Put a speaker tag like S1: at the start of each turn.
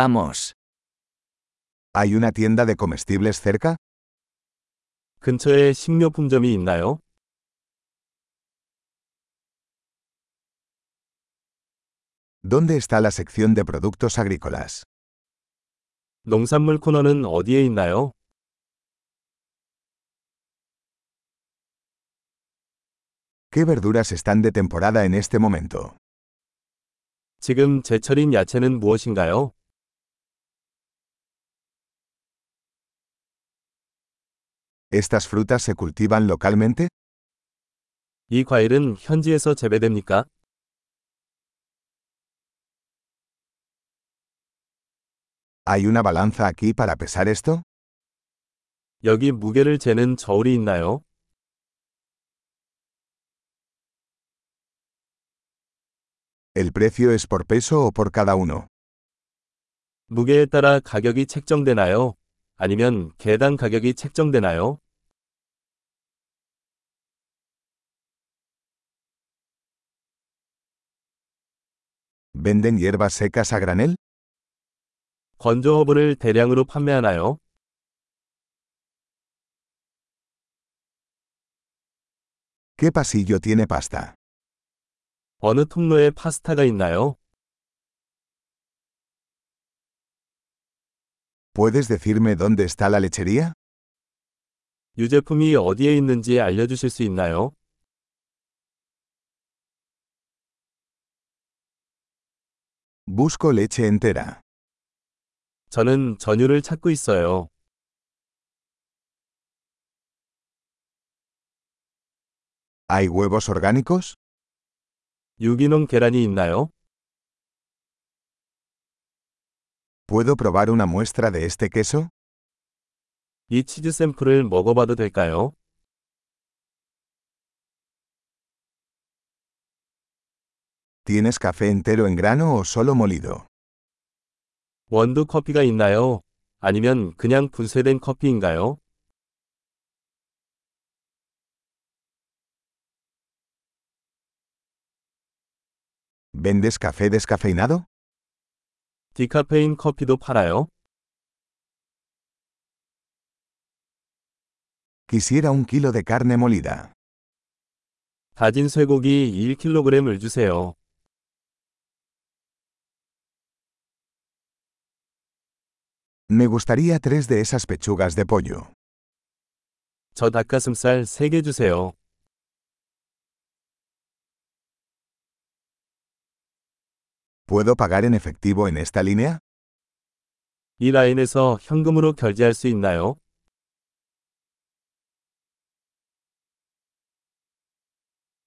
S1: Vamos.
S2: ¿Hay una tienda de comestibles cerca?
S3: 근처에 식료품점이 있나요?
S2: ¿Dónde está la sección de productos agrícolas?
S3: 농산물 코너는 어디에 있나요?
S2: ¿Qué verduras están de temporada en este momento?
S3: 지금 제철인 야채는 무엇인가요?
S2: ¿Estas frutas se cultivan localmente?
S3: 이 과일은 현지에서 재배됩니까?
S2: ¿Hay una balanza aquí para pesar esto?
S3: 여기 무게를 재는 저울이 있나요?
S2: ¿El precio es por peso o por cada uno?
S3: 무게에 따라 가격이 책정되나요? 아니면 개당 가격이 책정되나요?
S2: ¿Venden hierbas secas a granel?
S3: 건조 허브를 대량으로 판매하나요?
S2: ¿Qué pasillo tiene pasta?
S3: 어느 통로에 파스타가 있나요?
S2: ¿Puedes decirme dónde está la lechería?
S3: 유제품이 어디에 있는지 알려주실 수 있나요?
S2: Busco leche entera.
S3: 저는 전유를 찾고 있어요.
S2: ¿Hay huevos orgánicos?
S3: 유기농 계란이 있나요?
S2: ¿Puedo probar una muestra de este queso?
S3: 이 치즈 샘플을 먹어봐도 될까요?
S2: ¿Tienes café entero en grano o solo molido?
S3: 원두 커피가 있나요? 아니면 그냥 분쇄된 커피인가요?
S2: ¿Vendes café descafeinado?
S3: 디카페인 커피도 팔아요?
S2: Quisiera un kilo de carne molida.
S3: 다진 쇠고기 1kg을 주세요.
S2: Me gustaría tres de esas pechugas de pollo.
S3: 저 닭가슴살 3개 주세요.
S2: ¿Puedo pagar en efectivo en esta línea?
S3: 이 라인에서 현금으로 결제할 수 있나요?